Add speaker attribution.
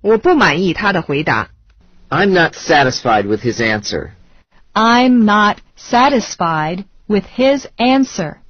Speaker 1: 我不满意他的回答。
Speaker 2: I'm not satisfied with his answer.
Speaker 3: I'm not satisfied with his answer.